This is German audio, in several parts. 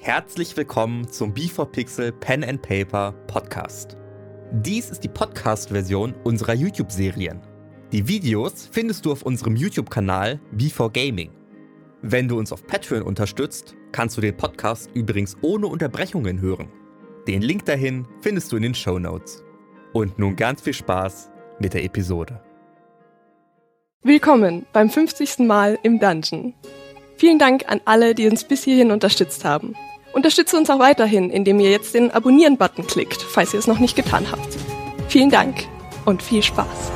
Herzlich willkommen zum B4Pixel Pen and Paper Podcast. Dies ist die Podcast-Version unserer YouTube-Serien. Die Videos findest du auf unserem YouTube-Kanal B4Gaming. Wenn du uns auf Patreon unterstützt, kannst du den Podcast übrigens ohne Unterbrechungen hören. Den Link dahin findest du in den Show Notes. Und nun ganz viel Spaß mit der Episode. Willkommen beim 50. Mal im Dungeon. Vielen Dank an alle, die uns bis hierhin unterstützt haben. Unterstütze uns auch weiterhin, indem ihr jetzt den Abonnieren-Button klickt, falls ihr es noch nicht getan habt. Vielen Dank und viel Spaß.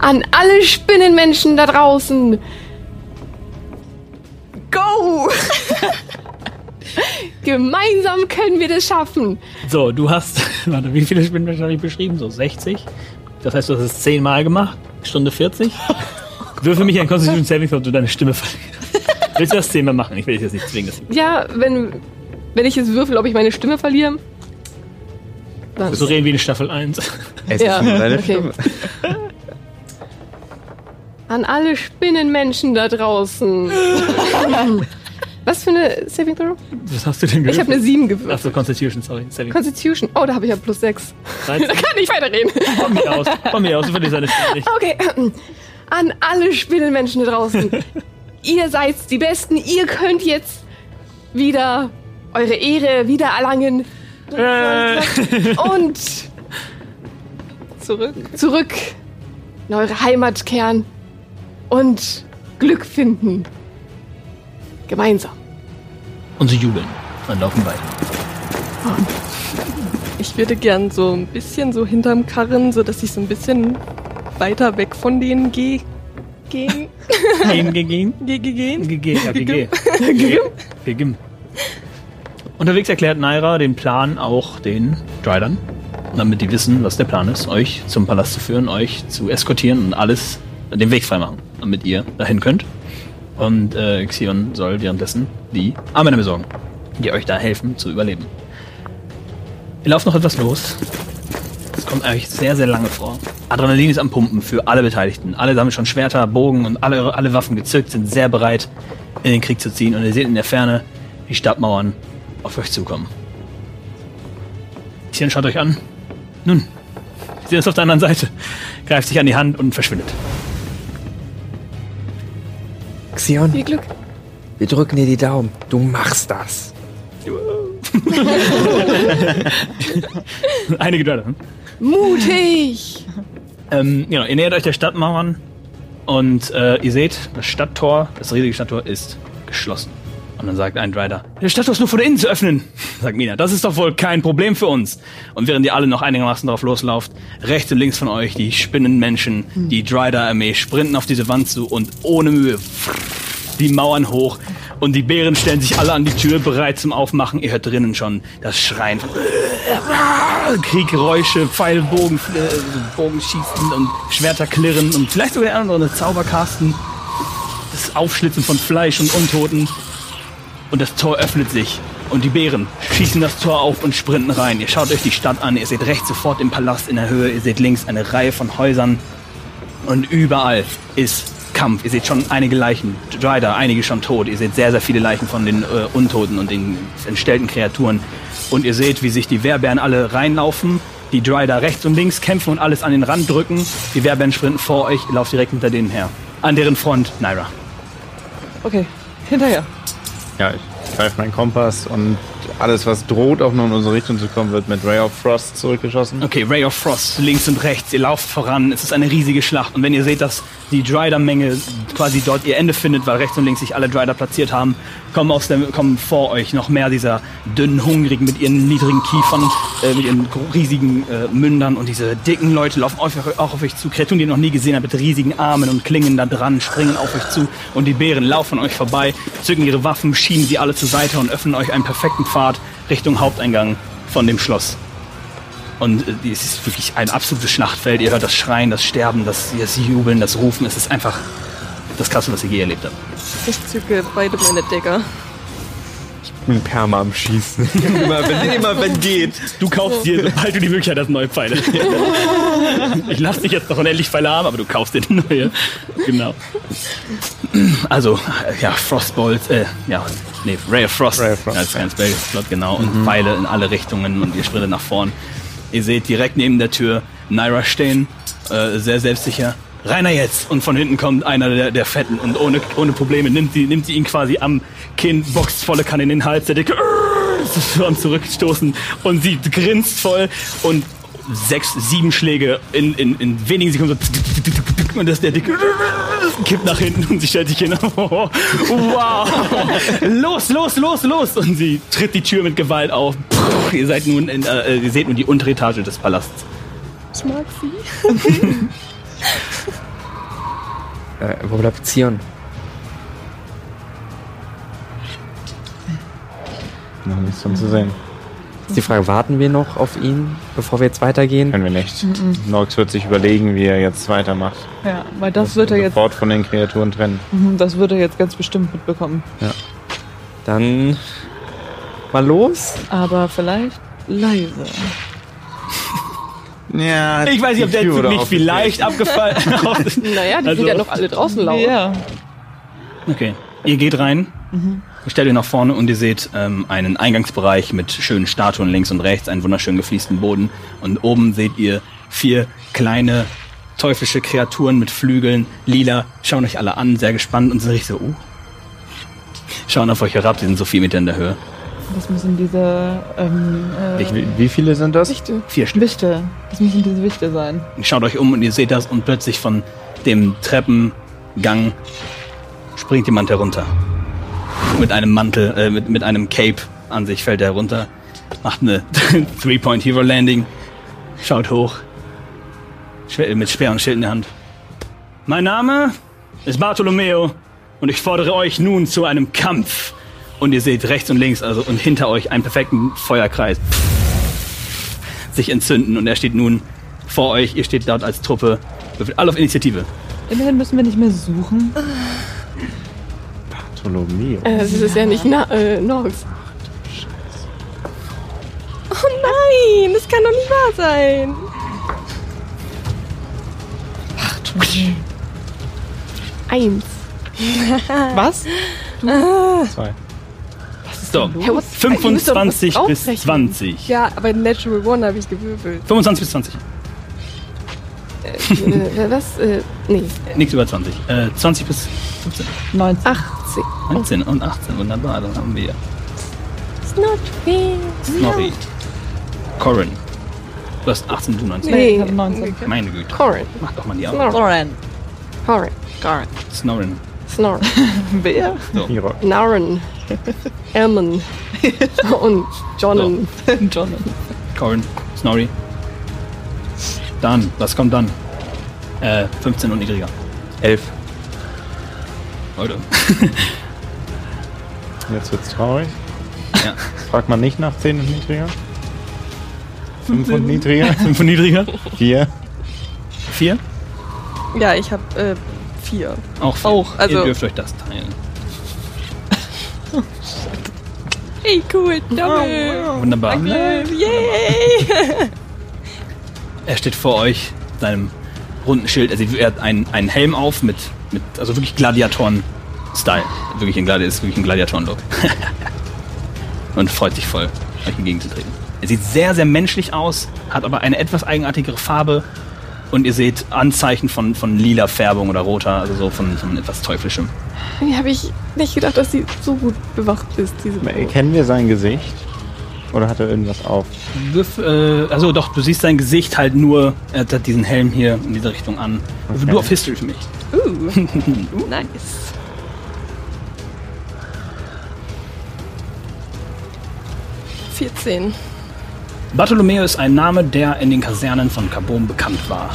An alle Spinnenmenschen da draußen. Go! Gemeinsam können wir das schaffen. So, du hast, warte, wie viele Spinnenmenschen habe ich beschrieben? So 60. Das heißt, du hast es 10 Mal gemacht. Stunde 40. Würfel mich ein Constitution Saving Throw, ob du deine Stimme verlierst. Willst du das 10 Mal machen? Ich will dich jetzt nicht zwingen. Das Ja, wenn, wenn ich jetzt würfel, ob ich meine Stimme verliere. Dann. so reden wie in Staffel 1. Es Ja, nur deine okay. An alle Spinnenmenschen da draußen. Was für eine Saving Throw? Was hast du denn Ich gewürfelt? habe eine 7 gewürfelt. Achso, Constitution, sorry. Saving Throw. Constitution. Oh, da habe ich ja plus 6. Da 13. kann ich weiterreden. Komm hier aus. Komm hier aus. Du verlierst deine Stimme nicht. Okay. An alle Spinnenmenschen da draußen. ihr seid die Besten. Ihr könnt jetzt wieder eure Ehre wieder erlangen Äh, und Zurück. zurück in eure Heimat kehren und Glück finden. Gemeinsam. und sie jubeln. Dann laufen weiter. Ich würde gern so ein bisschen so hinterm Karren, so dass ich so ein bisschen weiter weg von denen gehe. Gehen. Gehen, gehen, gehen. Ge ge gehen. GG, ja, GG. GG. Unterwegs erklärt Naira den Plan auch den Drydern, damit die wissen, was der Plan ist, euch zum Palast zu führen, euch zu eskortieren und alles den Weg freimachen, damit ihr dahin könnt. Und äh, Xion soll währenddessen die Armbänder besorgen, die euch da helfen zu überleben. Ihr lauft noch etwas los. Es kommt euch sehr, sehr lange vor. Adrenalin ist am Pumpen für alle Beteiligten. Alle haben schon Schwerter, Bogen und alle, alle Waffen gezückt, sind sehr bereit, in den Krieg zu ziehen. Und ihr seht in der Ferne die Stadtmauern auf euch zukommen. Tieren schaut euch an. Nun, sie sind jetzt auf der anderen Seite. Greift sich an die Hand und verschwindet. Xion, Viel Glück. wir drücken dir die Daumen. Du machst das. Einige Dörder. Hm? Mutig. Ähm, genau, ihr nähert euch der Stadtmauern und äh, ihr seht, das Stadttor, das riesige Stadttor ist geschlossen. Und dann sagt ein Rider, der Stadttor ist nur von innen zu öffnen. Sagt Mina, das ist doch wohl kein Problem für uns. Und während ihr alle noch einigermaßen drauf loslauft, rechts und links von euch die Spinnenmenschen, die Drider-Armee sprinten auf diese Wand zu und ohne Mühe die Mauern hoch und die Bären stellen sich alle an die Tür bereit zum Aufmachen. Ihr hört drinnen schon das Schreien. Krieggeräusche, Pfeilbogen, äh, Bogen schießen und Schwerter klirren und vielleicht sogar der eine oder andere Zauber casten. Das Aufschlitzen von Fleisch und Untoten. Und das Tor öffnet sich. Und die Bären schießen das Tor auf und sprinten rein. Ihr schaut euch die Stadt an. Ihr seht rechts sofort den Palast in der Höhe. Ihr seht links eine Reihe von Häusern. Und überall ist Kampf. Ihr seht schon einige Leichen. Drider, einige schon tot. Ihr seht sehr, sehr viele Leichen von den äh, Untoten und den entstellten Kreaturen. Und ihr seht, wie sich die Wehrbären alle reinlaufen. Die Drider rechts und links kämpfen und alles an den Rand drücken. Die Wehrbären sprinten vor euch. Ihr lauft direkt hinter denen her. An deren Front, Naira. Okay. Hinterher. Ja, ich greife meinen Kompass und alles, was droht, auch nur in unsere Richtung zu kommen, wird mit Ray of Frost zurückgeschossen. Okay, Ray of Frost, links und rechts. Ihr lauft voran. Es ist eine riesige Schlacht. Und wenn ihr seht, dass die Drider-Menge quasi dort ihr Ende findet, weil rechts und links sich alle Drider platziert haben, kommen, aus der, kommen vor euch noch mehr dieser dünnen, hungrigen, mit ihren niedrigen Kiefern, äh, mit ihren gro- riesigen äh, Mündern. Und diese dicken Leute laufen auf, auch auf euch zu. Kreaturen, die ihr noch nie gesehen habt, mit riesigen Armen und Klingen da dran, springen auf euch zu. Und die Bären laufen an euch vorbei, zücken ihre Waffen, schieben sie alle zur Seite und öffnen euch einen perfekten Pfad Richtung Haupteingang von dem Schloss. Und äh, es ist wirklich ein absolutes Schlachtfeld. Ihr hört das Schreien, das Sterben, das, das Jubeln, das Rufen. Es ist einfach das Krasse, was ihr je erlebt habt. Ich zücke beide meine Decker. Ein Perma am Schießen. Immer wenn, immer wenn geht. Du kaufst dir, sobald du die Möglichkeit hast, neue Pfeile. ich lasse dich jetzt noch unendlich Pfeile haben, aber du kaufst dir neue. Genau. Also, äh, ja, Frostbolt, äh, ja, nee, Ray of Frost. Ray of Frost, Ja, das ist kein Spell, genau. Und Pfeile in alle Richtungen und ihr sprintet nach vorn. Ihr seht direkt neben der Tür Naira stehen, äh, sehr selbstsicher. Rainer jetzt! Und von hinten kommt einer der, der Fetten und ohne, ohne Probleme nimmt sie, nimmt sie ihn quasi am Kinn, boxt volle Kanne in den Hals, der Dicke äh, am Zurückstoßen und sie grinst voll und sechs, sieben Schläge in, in, in wenigen Sekunden so und das der Dicke äh, kippt nach hinten und sie stellt sich hin. Wow! Los, los, los, los! Und sie tritt die Tür mit Gewalt auf. Ihr seid nun in, äh, ihr seht nun die untere Etage des Palasts. Ich mag sie. Äh, wo bleibt Zion? Noch nichts von zu sehen. Ist die Frage, warten wir noch auf ihn, bevor wir jetzt weitergehen? Können wir Mm, nicht. Nox wird sich überlegen, wie er jetzt weitermacht. Ja, weil das wird er jetzt, Sofort von den Kreaturen trennen. mhm, das wird er jetzt ganz bestimmt mitbekommen. Dann mal los. Aber vielleicht leise. Ja, Ich weiß nicht, ob der Zug nicht vielleicht abgefallen Naja, die Also- sind ja noch alle draußen laufen. Ja. Okay. Ihr geht rein, Mhm. stellt ihr nach vorne und ihr seht ähm, einen Eingangsbereich mit schönen Statuen links und rechts, einen wunderschön gefliesten Boden. Und oben seht ihr vier kleine teuflische Kreaturen mit Flügeln, lila, schauen euch alle an, sehr gespannt und sind richtig so, uh. Schauen auf euch herab, die sind so vier Meter in der Höhe. Das müssen diese ähm, äh, Wie, wie viele sind das? Vier Stück. Wichte. Das müssen diese Wichte sein. Schaut euch um und ihr seht das und plötzlich von dem Treppengang springt jemand herunter. Mit einem Mantel, äh, mit, mit einem Cape an sich fällt er herunter, macht eine Three-Point-Hero-Landing, schaut hoch, Schwe- mit Speer und Schild in der Hand. Mein Name ist Bartolomeo und ich fordere euch nun zu einem Kampf. Und ihr seht rechts und links, also und hinter euch einen perfekten Feuerkreis sich entzünden und er steht nun vor euch, ihr steht dort als Truppe, würfelt alle auf Initiative. Immerhin müssen wir nicht mehr suchen. Bartolomeo. Äh, das ist ja nicht Na äh, Nox. Oh nein, das kann doch nicht wahr sein. Eins. Was? Zwei. So, Hey, was- ihr müsst doch was 25 bis draufrechnen. 20. Ja, aber Natural One habe ich gewürfelt. 25 bis 20. Äh, was? Äh, nee, Nichts über 20. Äh, 20 bis 15. 19. 18. 19 und 18. Wunderbar, dann haben wir It's not fair. Snorri. Corin. Du hast 18, du 19. Nee, Nee. ich hatte 19. Meine Güte. Corin. Mach doch mal die Augen. Snor. Lauren. Corin. Garn. Snorren. Snor. Wer? Hero. Naren. Elman. Und Jonnen. Jonathan. Corin. Snorri. Dann, was kommt dann? Äh, 15 und niedriger. Elf. Leute. Jetzt wird's traurig. Ja. Fragt man nicht nach 10 und niedriger? 5 und niedriger? 5 und niedriger. 4. 4. Ja, ich habe äh, vier. Auch, vier. Auch, also- Ihr dürft euch das teilen. Ey, cool, Double. Wunderbar. Yay. Er steht vor euch, mit seinem runden Schild. Er, sieht, er hat einen, einen Helm auf mit, mit also wirklich Gladiatoren-Style. Wirklich ein, Gladi ist wirklich ein Gladiatoren-Look. Und freut sich voll, euch entgegenzutreten. Er sieht sehr, sehr menschlich aus, hat aber eine etwas eigenartigere Farbe. Und ihr seht Anzeichen von, von lila Färbung oder roter, also so von, von etwas Teuflischem. Die habe ich nicht gedacht, dass sie so gut bewacht ist, diese Burg. Kennen wir sein Gesicht? Oder hat er irgendwas auf? Wirf, äh, also doch, du siehst sein Gesicht halt nur, er hat diesen Helm hier in diese Richtung an. Okay. Du auf History für mich. Uh, nice. Vierzehn. Bartolomeo ist ein Name, der in den Kasernen von Carbon bekannt war.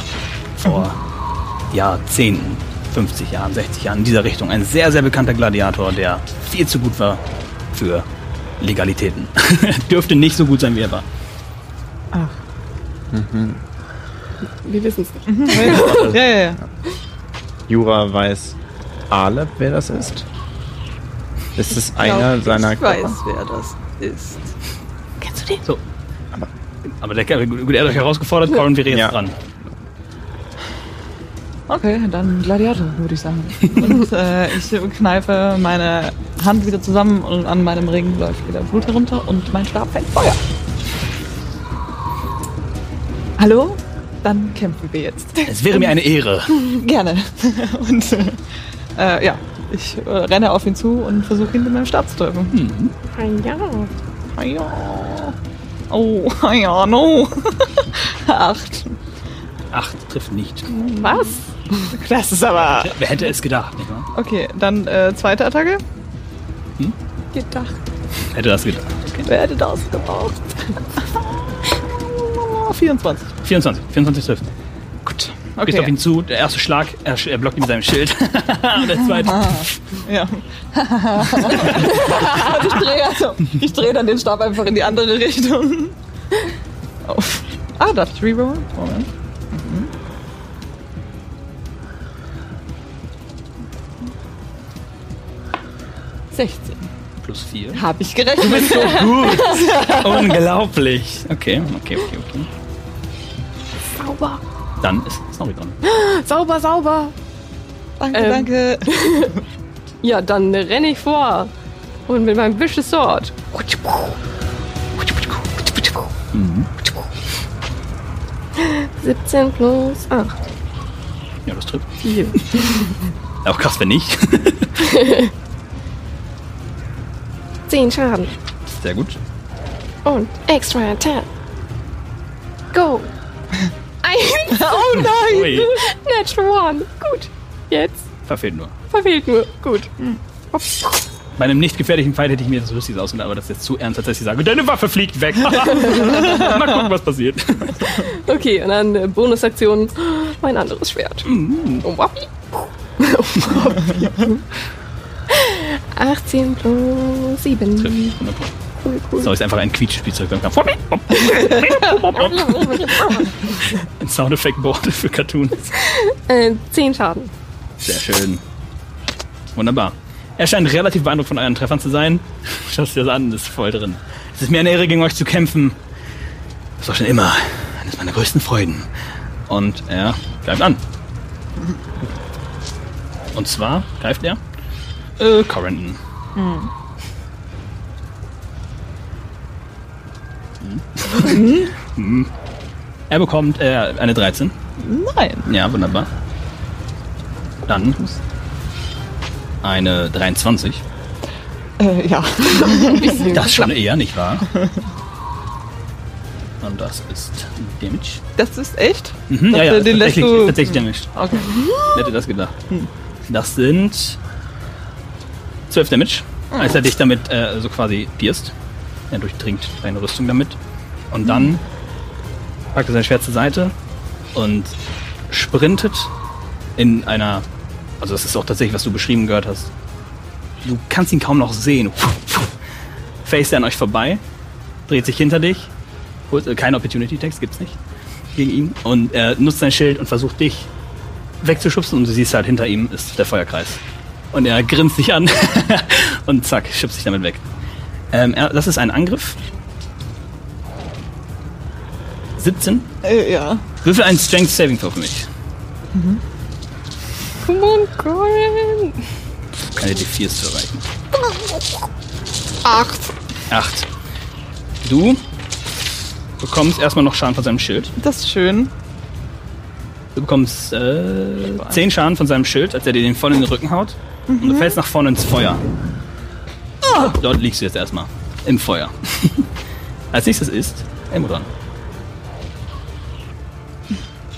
Vor Mhm. Jahrzehnten, 50 Jahren, 60 Jahren, in dieser Richtung. Ein sehr, sehr bekannter Gladiator, der viel zu gut war für Legalitäten. Dürfte nicht so gut sein, wie er war. Ach. Wir wissen es nicht. ja, ja, ja. Jura weiß Alep, wer das ist. Ist es einer Glaub, seiner Ich weiß, Körper? wer das ist. Aber der, gut, er hat euch herausgefordert, Corin wäre jetzt Ja. dran. Okay, dann Gladiator, würde ich sagen. Und äh, ich kneife meine Hand wieder zusammen und an meinem Ring läuft wieder Blut herunter und mein Stab fängt Feuer. Hallo? Dann kämpfen wir jetzt. Es wäre mir eine Ehre. Gerne. Und äh, äh, ja, ich äh, renne auf ihn zu und versuche ihn mit meinem Stab zu treffen. Ja. Oh, ja, no. Acht. Acht trifft nicht. Was? Das ist aber... Wer hätte es gedacht, nicht wahr? Okay, dann äh, zweite Attacke. Gedacht. Hätte das gedacht. Wer hätte das gebraucht? Ah, 24. 24. 24 trifft. Gut. Okay. Gehst auf Okay. ihn zu. Der erste Schlag, er, sch- er blockt ihn mit seinem Schild. Und der zweite. Ja. Und ich drehe also, ich drehe dann den Stab einfach in die andere Richtung. Oh. Ah, darf ich rerollen? Moment. Mhm. 16. Plus vier. Habe ich gerechnet. So gut. Unglaublich. Okay, okay, okay, okay. Sauber. Dann ist Snorri dran. Sauber, sauber. danke, Ähm. danke. Ja, dann renne ich vor. Und mit meinem Vicious Sword. Mhm. 17 plus 8. Ja, das trifft. 4. Auch krass, wenn nicht. 10 Schaden. Sehr gut. Und extra attack. Go. Eins. Oh Ui. nein. Natural one. Gut. Jetzt. Verfehlt nur. Verfehlt nur. Gut. Bei einem nicht gefährlichen Fight hätte ich mir das Lustiges ausgedacht, aber das ist jetzt zu ernst, als dass ich sage, deine Waffe fliegt weg. Mal gucken, was passiert. Okay, und dann äh, Bonusaktion. Mein anderes Schwert. Oh, wappi. Oh, wappi. 18 plus 7. Trifft. Wunderbar. Mhm. Cool, cool. So ist einfach ein Quietschspielzeug beim Kampf. Ein Soundeffekt-Board für Cartoons. Äh, 10 Schaden. Sehr schön. Wunderbar. Er scheint relativ beeindruckt von euren Treffern zu sein. Schaut dir das an, das ist voll drin. Es ist mir eine Ehre, gegen euch zu kämpfen. Das war schon immer eines meiner größten Freuden. Und er greift an. Und zwar greift er äh, Corrington. Hm. er bekommt äh, eine 13. Nein. Ja, wunderbar. Dann eine 23. Äh, ja. Mhm. Das schon eher, nicht wahr? Und das ist Damage. Das ist echt? Mhm, ja, Dachte, ja, äh, den lässt tatsächlich, du- tatsächlich Damage. Okay. Wer hätte das gedacht? Das sind 12 Damage, als er dich damit äh, so quasi pierst. Er durchdringt deine Rüstung damit. Und dann packt er sein Schwert zur Seite und sprintet in einer. Also, das ist auch tatsächlich, was du beschrieben gehört hast. Du kannst ihn kaum noch sehen. Face er an euch vorbei, dreht sich hinter dich. Holt, äh, kein Opportunity-Text gibt's nicht gegen ihn. Und er nutzt sein Schild und versucht dich wegzuschubsen und du siehst halt, hinter ihm ist der Feuerkreis. Und er grinst dich an und zack, schubst dich damit weg. Ähm, er, das ist ein Angriff. 17. Äh, ja. Würfel einen Strength Saving Throw für mich. Come on, Corin. Keine D4s zu erreichen. Acht. Acht. Du bekommst erstmal noch Schaden von seinem Schild. Das ist schön. Du bekommst äh, 10 Schaden von seinem Schild, als er dir den voll in den Rücken haut. Und du fällst nach vorne ins Feuer. Dort liegst du jetzt erstmal. Im Feuer. als nächstes ist Elmo dran.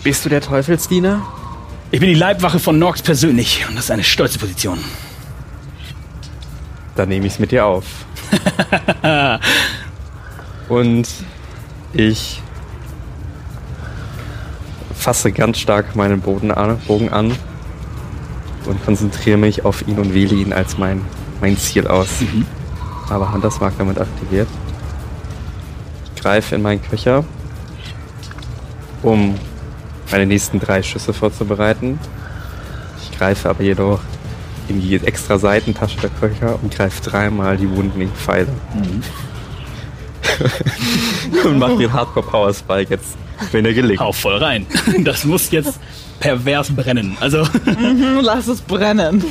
Bist du der Teufelsdiener? Ich bin die Leibwache von Norx persönlich und das ist eine stolze Position. Dann nehme ich es mit dir auf. Und ich fasse ganz stark meinen Boden an, Bogen an und konzentriere mich auf ihn und wähle ihn als mein, mein Ziel aus. Aber Hunters Mark damit aktiviert. Greife in meinen Köcher um meine nächsten drei Schüsse vorzubereiten. Ich greife aber jedoch in die extra Seitentasche der Köcher und greife dreimal die wundenden Pfeile. und mache den Hardcore Power Spike jetzt, wenn er gelingt. Hau voll rein. Das muss jetzt pervers brennen. Also, Hm, Lass es brennen.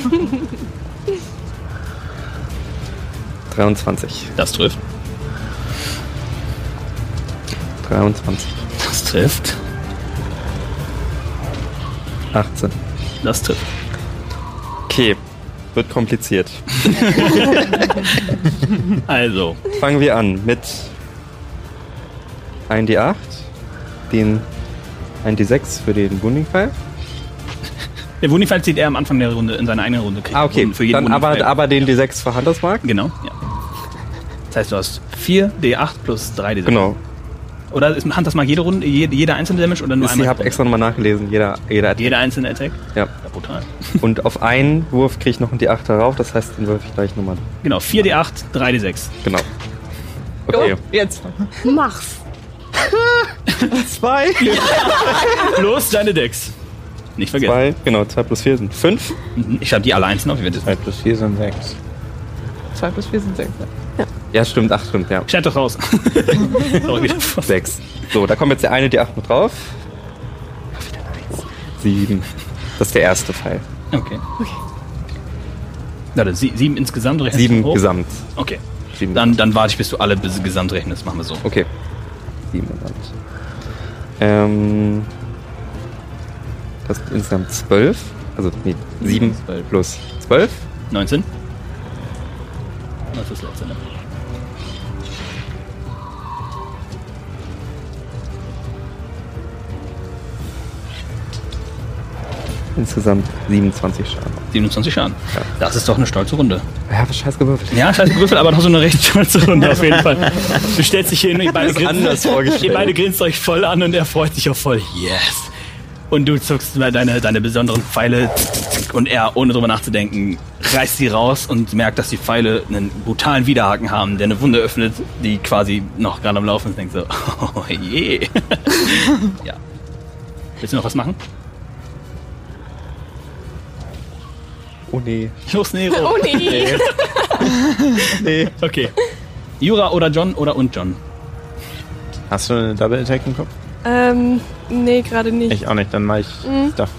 23. das trifft. 23. Das trifft. 18. Das trifft. Okay, wird kompliziert. Also, Fangen wir an mit 1d8, den 1d6 für den Wounding Five. der Wunifall zieht er am Anfang der Runde in seine eigene Runde. Kriegt Ah, okay, Wunden Für jeden dann aber, Wunifall. aber den d6 für Hunters Mark. Genau, ja. Das heißt, du hast 4 D8 plus 3 D6. Genau, Oder ist Hand das mal jede Runde, jede, jeder einzelne Damage oder nur ich einmal? habe extra nochmal nachgelesen, jeder, jeder hat. Jeder einzelne Attack? Ja. Ja, brutal. Und auf einen Wurf kriege ich noch einen d8 darauf, das heißt, den würfe ich gleich nochmal. Genau, 4 D8, 3 D6. Genau. Okay, Jetzt. Mach's. zwei. Plus deine Decks. Nicht vergessen. Mhm. Zwei, genau, zwei plus vier sind fünf. Ich schreibe die alle einzeln auf. Ich werd das- 2 plus 4 sind 6. 2 plus 4 sind 6. Ja, stimmt, acht stimmt, ja. Schneid doch raus. Sorry, wieder vor. Sechs. So, da kommt jetzt der eine d8 noch drauf. Ach, wieder eine Eins. Sieben. Das ist der erste Pfeil. Okay. Warte, sie, sieben insgesamt rechnest Sieben du hoch? gesamt. Okay. Sieben Dann, dann warte ich, bis du alle bis gesamt rechnest. Machen wir so. Okay. Sieben gesamt. Ähm, das sind insgesamt zwölf. Also, nee, sieben Zwölf. plus zwölf. 19. Das ist das letzte, ne? Insgesamt 27 Schaden. 27 Schaden. Das ist doch eine stolze Runde. Ja, was scheiß gewürfelt. Ja, scheiß Gewürfel, aber noch so eine recht stolze Runde auf jeden Fall. Du stellst dich hin, ihr beide, anders grinst, ihr vorgestellt. beide grinst euch voll an und er freut sich auch voll. Yes! Und du zuckst mal deine, deine besonderen Pfeile und er, ohne drüber nachzudenken, reißt sie raus und merkt, dass die Pfeile einen brutalen Widerhaken haben, der eine Wunde öffnet, die quasi noch gerade am Laufen ist. Denkt so, oh je. ja. Willst du noch was machen? Oh nee. Los, Nero. Oh nee. Okay. Jura oder John oder und John? Hast du eine Double Attack im Kopf? Ähm, nee, gerade nicht. Ich auch nicht, dann mache ich Mhm. Stuff.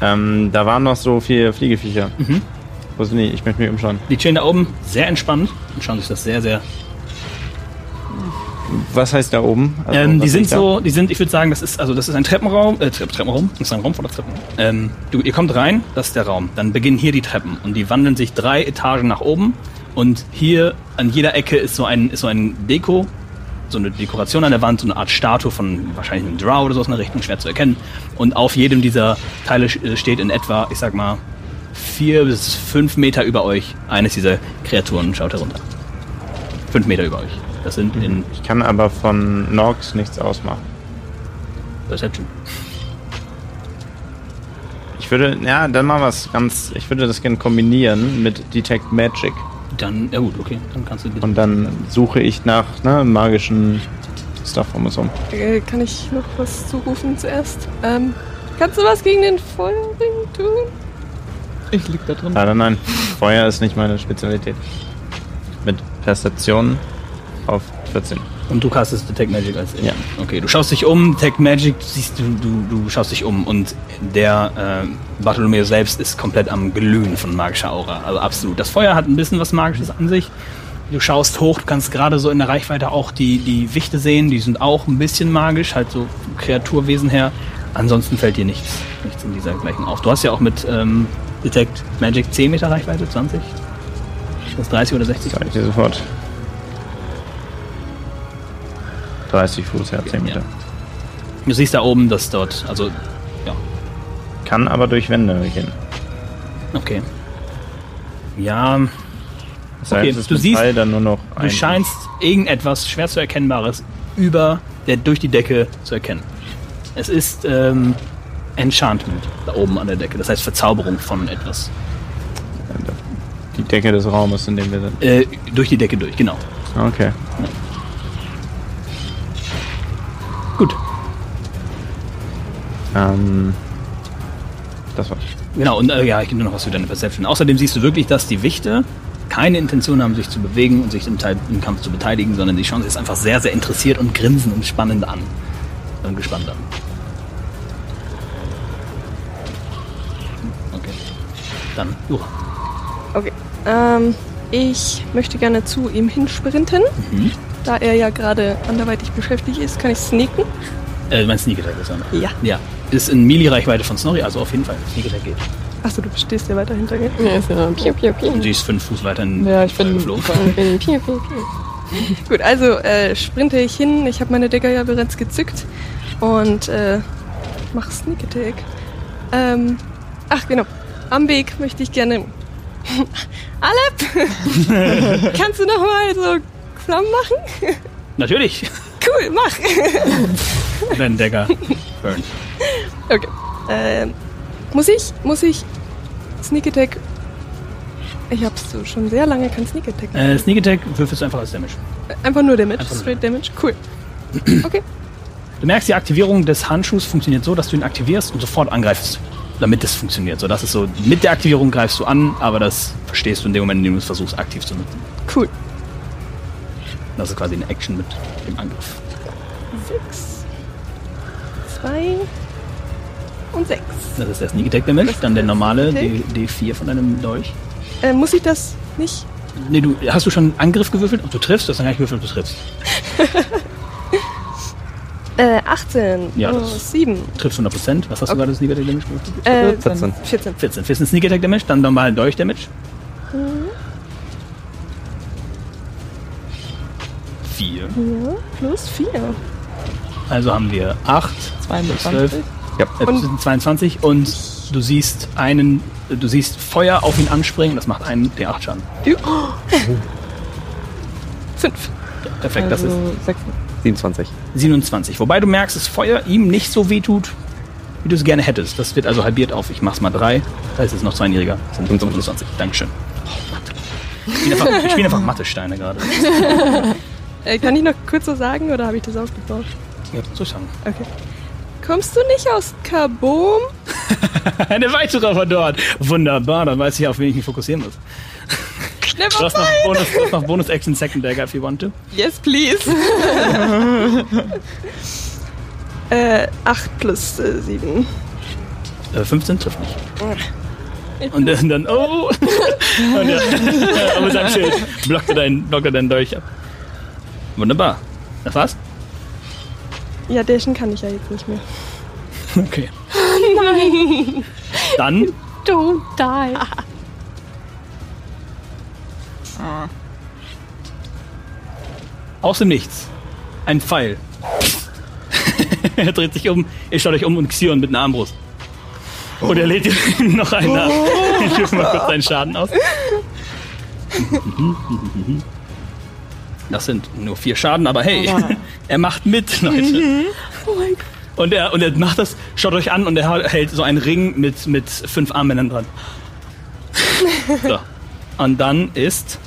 Ähm, da waren noch so vier Fliegeviecher. Mhm. Wo sind die? Ich möchte mich umschauen. Die chillen da oben, sehr entspannt und schauen sich das sehr, sehr Was heißt da oben? Also, ähm, die was sind liegt da? so, die sind, ich würde sagen, das ist, also das ist ein Treppenraum, äh, Tre Treppenraum, ist ein Raum voller Treppen. Ähm, du, ihr kommt rein, das ist der Raum. Dann beginnen hier die Treppen und die wandeln sich drei Etagen nach oben und hier an jeder Ecke ist so ein, ist so ein Deko, so eine Dekoration an der Wand, so eine Art Statue von wahrscheinlich einem Drow oder so aus einer Richtung, schwer zu erkennen. Und auf jedem dieser Teile äh, steht in etwa, ich sag mal, vier bis fünf Meter über euch eines dieser Kreaturen und schaut herunter. Fünf Meter über euch. Das sind in Ich kann aber von Nox nichts ausmachen. Perception. Ich würde, ja, dann machen wir es ganz. Ich würde das gerne kombinieren mit Detect Magic. Dann, ja gut, okay, dann kannst du bitte. Und dann suche ich nach ne, magischen Stuff um es um. Äh, kann ich noch was zurufen zuerst? Ähm, kannst du was gegen den Feuerring tun? Ich lieg da Ah, drin. Leider nein. Feuer ist nicht meine Spezialität. Mit Perception auf 14. Und du castest Detect Magic als Ja. Okay, du schaust dich um, Detect Magic, du siehst du, du, du schaust dich um und der äh, Bartholomew selbst ist komplett am Glühen von magischer Aura. Also absolut. Das Feuer hat ein bisschen was Magisches an sich. Du schaust hoch, du kannst gerade so in der Reichweite auch die, die Wichte sehen, die sind auch ein bisschen magisch, halt so vom Kreaturwesen her. Ansonsten fällt dir nichts, nichts in dieser gleichen auf. Du hast ja auch mit ähm, Detect Magic 10 Meter Reichweite, 20? Ich weiß 30 oder 60? Sag ich dir sofort. 30 Fuß, ja, 10 Meter. Ja. Du siehst da oben, dass dort, also ja, Kann aber durch Wände gehen. Okay. Ja, Das Okay, es ist du mit siehst- Pfeil dann nur noch du scheinst irgendetwas schwer zu erkennbares über der durch die Decke zu erkennen. Es ist ähm, Enchantment da oben an der Decke, das heißt Verzauberung von etwas. die Decke des Raumes, in dem wir sind. Äh, durch die Decke durch, genau. Okay. Gut. Ähm, das war's. Genau, und äh, ja, ich gebe nur noch was für deine Perception. Außerdem siehst du wirklich, dass die Wichte keine Intention haben, sich zu bewegen und sich im, Teil, im Kampf zu beteiligen, sondern die schauen sich einfach sehr, sehr interessiert und grinsen und spannend an. Und gespannt an. Okay. Dann, uh, Jura. Okay. Ähm, ich möchte gerne zu ihm hinsprinten. Da er ja gerade anderweitig beschäftigt ist, kann ich sneaken. Äh, mein Sneak Attack ist er noch. Ja. Ja. Ist in Melee-Reichweite von Snorri, also auf jeden Fall. Sneak Attack geht. Achso, du stehst ja weiter hinter mir. Ja, ist ja. Piu, piu, piu. Und sie ist fünf Fuß weiter in Ja, ich bin- geflogen. Piu, piu, piu. Gut, also äh, sprinte ich hin. Ich habe meine Decker ja bereits gezückt und äh, mach Sneak Attack. Ähm, ach genau. Am Weg möchte ich gerne. Alep, kannst du noch mal so Flammen machen? Natürlich. Cool, mach. Wenn Dagger burn. Okay. Ähm, muss ich, muss ich Sneak Attack? Ich hab's so schon sehr lange kein Sneak Attack. mehr. Äh, Sneak Attack würfelst du einfach als Damage. Einfach nur Damage, einfach nur straight Damage. Cool. Okay. Du merkst, die Aktivierung des Handschuhs funktioniert so, dass du ihn aktivierst und sofort angreifst, damit es funktioniert. So, das ist so, mit der Aktivierung greifst du an, aber das verstehst du in dem Moment, in dem du es versuchst, aktiv zu nutzen. Cool. Das ist quasi eine Action mit dem Angriff. Sechs, zwei und sechs. Das ist der Sneak Attack Damage, Das ist dann der der normale D Sneak D4 von deinem Dolch. Äh, muss ich das nicht? Nee, du hast du schon einen Angriff gewürfelt? Ach, du triffst, du hast noch gar nicht gewürfelt, du triffst. Äh, 18. Ja, oh, das- 7. Triffst 100%. Was hast du gerade Sneak Attack Damage gewürfelt? Äh, 14. 14. 14. 14 Sneak Attack Damage, dann normalen Dolch Damage. Mhm. Vier. Plus 4. Also haben wir 8, 22. Zwölf. äh, das sind 22 und du siehst einen, äh, du siehst Feuer auf ihn anspringen, das macht einen D8 Schaden. 5. Perfekt, das ist also 6. 27. 27. Wobei du merkst, dass Feuer ihm nicht so weh tut, wie du es gerne hättest. Das wird also halbiert auf, ich mach's mal 3. Das heißt, es ist noch zweijähriger. Das sind 25. Dankeschön. Oh, Mathe. Ich spiele einfach, ich spiel einfach Mathe-Steine gerade. Äh, kann ich noch kurz was sagen oder habe ich das aufgebaut? Ja, so sagen. Kommst du nicht aus Kaboom? Eine weitere von dort. Wunderbar, dann weiß ich auf wen ich mich fokussieren muss. Du Never hast noch Bonus, du hast noch Bonus Action Second Dagger, if you want to. Yes, please. äh, 8 plus äh, 7. Äh, 15 trifft nicht. Und dann, dann oh! Und ja, aber mit seinem Schild blockt er deinen, blockt er deinen Dolch ab. Wunderbar. Das war's? Ja, dashen kann ich ja jetzt nicht mehr. Okay. Nein! Dann Don't die. Ah. aus dem Nichts ein Pfeil. er dreht sich um, ihr schaut euch um und Xion mit einer Armbrust. Und er lädt ihm noch einen nach. Ich rufe mal kurz seinen Schaden aus. Das sind nur vier Schaden, aber hey, er macht mit, Leute. Und er, und er macht das, schaut euch an und er hält so einen Ring mit, mit fünf Armmännern dran. So. Und dann ist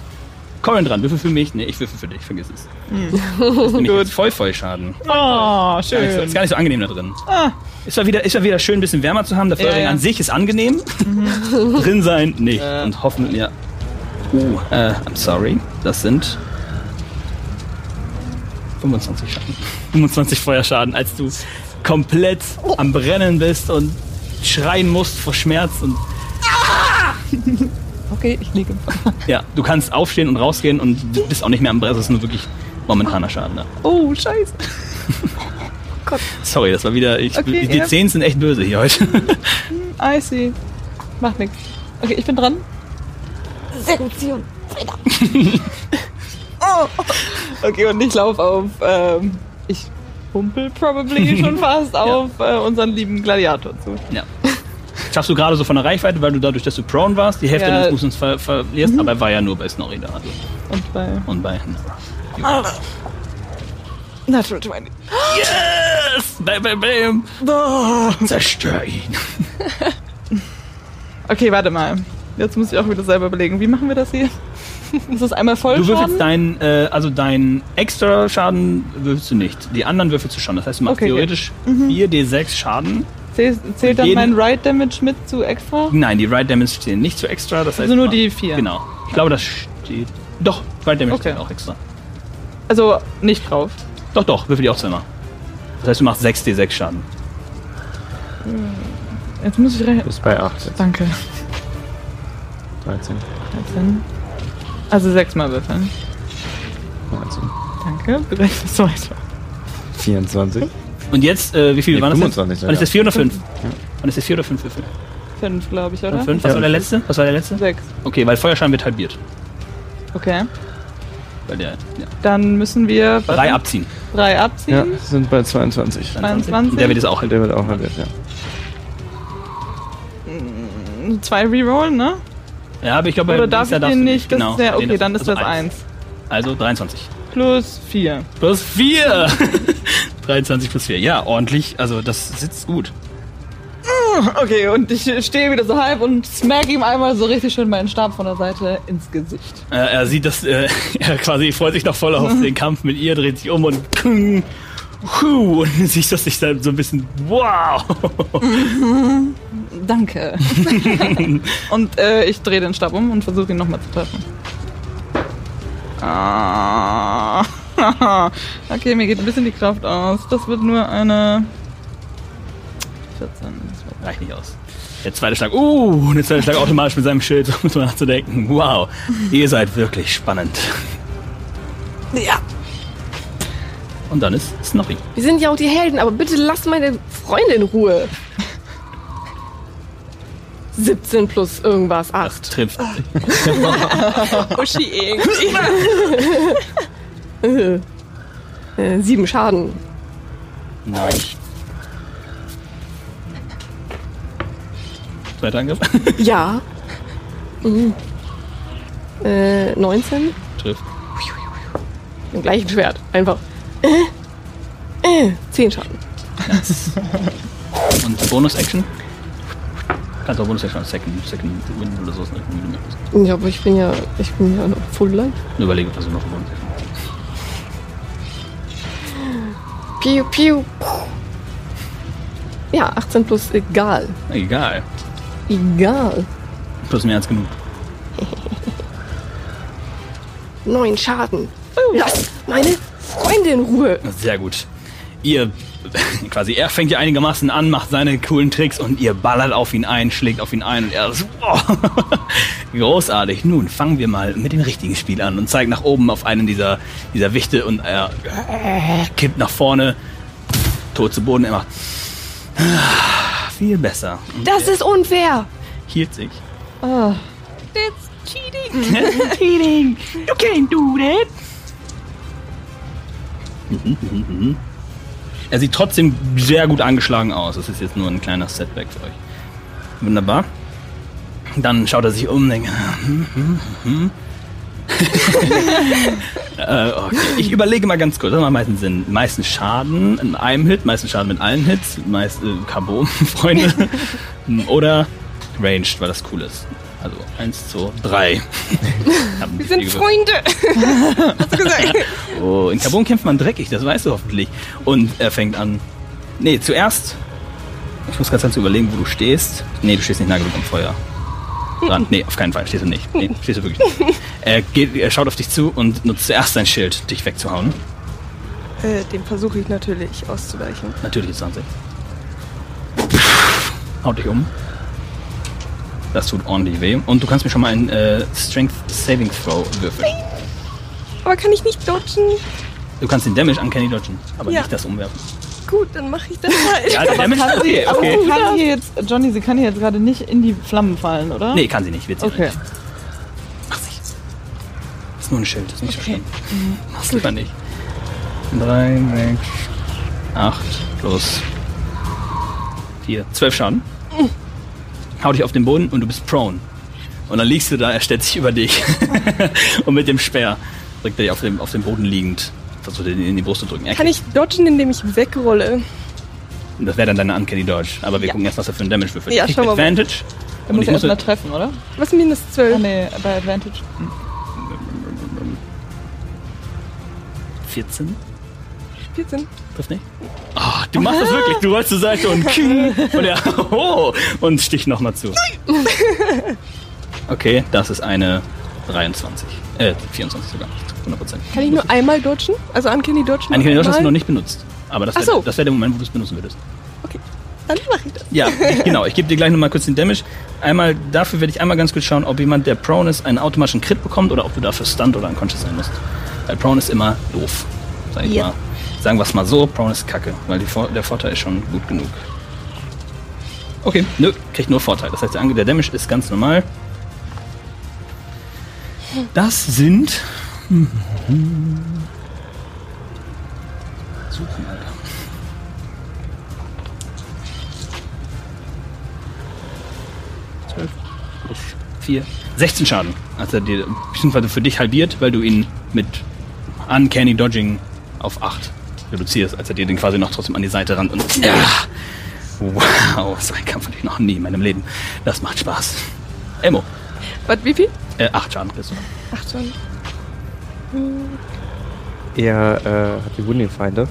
Corin dran. Würfel für mich? Nee, ich würfel für dich, vergiss es. Das ist nämlich jetzt voll, voll Schaden. Oh, Gar nicht so, ist schön. gar nicht so angenehm da drin. Ähm. Ah, Ist, zwar wieder, ist zwar wieder schön, ein bisschen wärmer zu haben. Der Feuerring ja. an sich ist angenehm. drin sein nicht. Und hoffen, ja. Oh, äh, I'm sorry. Das sind 25 Schaden. 25 Feuerschaden, als du komplett am Brennen bist und schreien musst vor Schmerz und Okay, ich liege. Ja, du kannst aufstehen und rausgehen und du bist auch nicht mehr am Brett. Das ist nur wirklich momentaner Schaden. Ne? Oh, scheiße. Sorry, das war wieder. Ich, Okay, die ja. 10 sind echt böse hier heute. I see. Macht nix. Okay, ich bin dran. Sehr gut, Sion. oh. Okay, und ich laufe auf. Ähm, ich humpel probably schon fast auf äh, unseren lieben Gladiator zu. ja. Schaffst du gerade so von der Reichweite, weil du dadurch, dass du prone warst, die Hälfte Ja. Mhm. deines Fußens ver verlierst, aber er war ja nur bei Snorri da also. Und bei. und bei Nora. Ah. Natural 20. Yes! Bam, bam, bam! Zerstör ihn! Okay, warte mal. Jetzt muss ich auch wieder selber überlegen, wie machen wir das hier? Ist das einmal voll Du würfelst Schaden? deinen, äh, also deinen extra Schaden würfelst du nicht. Die anderen würfelst du schon. Das heißt, du machst Okay, okay. theoretisch 4d6 Schaden Zäh- Zählt dann Jeden- mein Ride Damage mit zu extra? Nein, die Ride Damage stehen nicht zu extra. Das heißt Also nur die vier. Genau. Ich glaube, das steht. Doch, Ride Damage Okay. steht auch extra. Also nicht drauf. Doch, doch, würfel die auch zweimal. Das heißt, du machst 6d6 Schaden. Jetzt muss ich Genau. rechnen. Bis bei 8, Danke. 13, 13. Also sechsmal würfeln. 19, Danke. Berechne es weiter. 24. Und jetzt, äh, wie viel Nee, waren das? 25 jetzt? Wann ist sogar. das 4 oder 5? Wann ist das 4 oder 5 Würfel? Fünf, glaube ich, oder? 5? Was war der letzte? Was war der letzte? Sechs. Okay, weil Feuerschaden wird halbiert. Okay. Bei der, ja. Dann müssen wir warte, Drei abziehen. drei Ja, abziehen. sind bei 22. 23. Und der wird es auch Und halbiert. Der wird auch halbiert, ja. Zwei Rerollen, ne? Ja, aber ich glaube, Oder bei darf ich darfst den du nicht? Das ist der, den okay, darfst- dann ist also das eins. Also 23. Plus vier. Plus 4! 23 plus 4. Ja, ordentlich. Also, das sitzt gut. Okay, und ich stehe wieder so halb und smack ihm einmal so richtig schön meinen Stab von der Seite ins Gesicht. Äh, er sieht das, äh, er quasi freut sich noch voll auf den Kampf mit ihr, dreht sich um und kung, hu, und sieht das sich dann so ein bisschen, wow. Danke. und äh, ich drehe den Stab um und versuche ihn nochmal zu treffen. Ah. okay, mir geht ein bisschen die Kraft aus. Das wird nur eine 14. Reicht nicht aus. Der zweite Schlag, uh, und der zweite Schlag automatisch mit seinem Schild, um drüber nachzudenken. Wow, ihr seid wirklich spannend. Ja. Und dann ist Snorri. Wir sind ja auch die Helden, aber bitte lass meine Freunde in Ruhe. 17 plus irgendwas, 8. Trifft. Uschi irgendwie. Äh, 7 Schaden. Nein. Zweiter Angriff. Ja. Mhm. Äh, 19? Trifft. Mit dem gleichen Schwert. Einfach. Äh, äh, 10 Schaden. Und Bonus-Action. Kannst auch Bonus-Action als Second, Second Win oder so. ist nicht irgendwie möglich. Ja, aber ich bin ja. Ich bin ja noch full life. Nur überlege, was du noch Bonus-Action Piu, piu. Ja, 18 plus egal. Egal. Egal. Plus mehr als genug. 9 Schaden. Lass meine Freunde in Ruhe. Sehr gut. Ihr, quasi, er fängt ja einigermaßen an, macht seine coolen Tricks und ihr ballert auf ihn ein, schlägt auf ihn ein und er ist, wow, großartig. Nun fangen wir mal mit dem richtigen Spiel an und zeigt nach oben auf einen dieser, dieser Wichte und er kippt nach vorne, tot zu Boden, er macht, ah, viel besser. Und Das ist unfair. hielt sich. That's cheating. Oh. Cheating! You can't do that! Mhm, Er sieht trotzdem sehr gut angeschlagen aus. Es ist jetzt nur ein kleiner Setback für euch. Wunderbar. Dann schaut er sich um und denkt. hm, hm, hm. äh, okay. Ich überlege mal ganz kurz, was macht am meisten Sinn? Meisten Schaden in einem Hit, meisten Schaden mit allen Hits, meist äh, Carbon, Freunde. Hm, Oder Ranged, weil das cool ist. Also eins, zwei, drei. Wir Sind Freunde. Hast du gesagt? Oh, in Carbon kämpft man dreckig, das weißt du hoffentlich. Und er fängt an. Nee, zuerst. Ich muss ganz kurz überlegen, wo du stehst. Nee, du stehst nicht nah genug am Feuer. Dran. Nee, auf keinen Fall, stehst du nicht. Nee, stehst du wirklich nicht. Er, geht, er schaut auf dich zu und nutzt zuerst sein Schild, dich wegzuhauen. Äh, den versuche ich natürlich auszuweichen. Natürlich ist 20. Haut dich um. Das tut ordentlich weh. Und du kannst mir schon mal einen äh, Strength Saving Throw würfeln. Aber kann ich nicht dodgen? Du kannst den Damage uncanny dodgen, aber Ja. nicht das umwerfen. Gut, dann mache ich das halt. Ja, der Damage. Okay, okay. Sie kann hier jetzt, Johnny, sie kann hier jetzt gerade nicht in die Flammen fallen, oder? Nee, kann sie nicht. Wird sie Okay. nicht. Mach sie. Ist nur ein Schild, ist nicht okay. so schlimm. Mhm. Mach's lieber nicht. 3, 6, 8 plus 4. 12 Schaden. Mhm. Hau dich auf den Boden und du bist prone. Und dann liegst du da, er stellt sich über dich. und mit dem Speer drückt er dich auf dem, auf dem Boden liegend. Versucht er dir in die Brust zu drücken. Er Kann ich dodgen, indem ich wegrolle? Das wäre dann deine Uncanny Dodge. Aber wir gucken erst, was er für einen Damage würfelt. Ja, Kriegt schauen wir mal. Advantage. Er muss ich ja muss- halt erstmal treffen, oder? Was minus Ah, 12? nee, bei Advantage. 14. 14. Trifft nicht? Ah, du machst das wirklich. Du rollst zur Seite und king und er oh, und stich nochmal zu. Okay, das ist eine 23. Äh, 24 sogar. 100%. Kann ich nur einmal dodgen? Also Uncanny dodgen? Eine Kinder hast du einmal? noch nicht benutzt. Aber das Ach wäre so. das wär der Moment, wo du es benutzen würdest. Okay, dann mache ich das. Ja, genau. Ich gebe dir gleich nochmal kurz den Damage. Einmal, dafür werde ich einmal ganz kurz schauen, ob jemand, der prone ist, einen automatischen Crit bekommt oder ob du dafür stunned oder unconscious sein musst. Weil prone ist immer doof. Sag ich Ja. mal. Sagen wir es mal so, prone ist kacke, weil die Vor der Vorteil ist schon gut genug. Okay, nö, kriegt nur Vorteil. Das heißt, der, Ange- der Damage ist ganz normal. Das sind... Suchen, Alter. plus 4. 16 Schaden. Als er dir, beziehungsweise für dich halbiert, weil du ihn mit Uncanny Dodging auf 8 reduzierst, als er dir den quasi noch trotzdem an die Seite rannt und. Ja. Wow, so einen Kampf hatte ich noch nie in meinem Leben. Das macht Spaß. Emo, Was, wie viel? äh, 8 Schaden kriegst du. Ach schon. Er äh, hat die Wounding Feinde.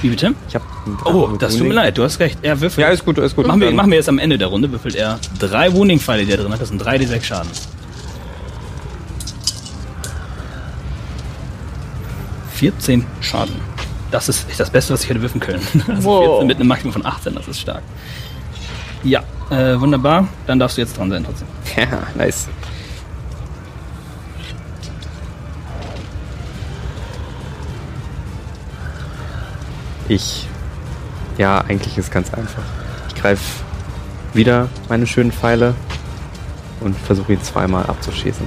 Wie bitte? Ich hab Oh, das tut mir leid, du hast recht. Er würfelt. Ja, ist gut, ist gut. Machen wir, Dann- machen wir jetzt am Ende der Runde, würfelt er drei Wounding-Pfeile, die er drin hat. Das sind 3d6 Schaden. ...14 Schaden. Das ist echt das Beste, was ich hätte würfen können. Also 14 mit einem Maximum von 18, das ist stark. Ja, äh, wunderbar. Dann darfst du jetzt dran sein trotzdem. Ja, nice. Ich. Ja, eigentlich ist ganz einfach. Ich greife wieder meine schönen Pfeile und versuche ihn zweimal abzuschießen.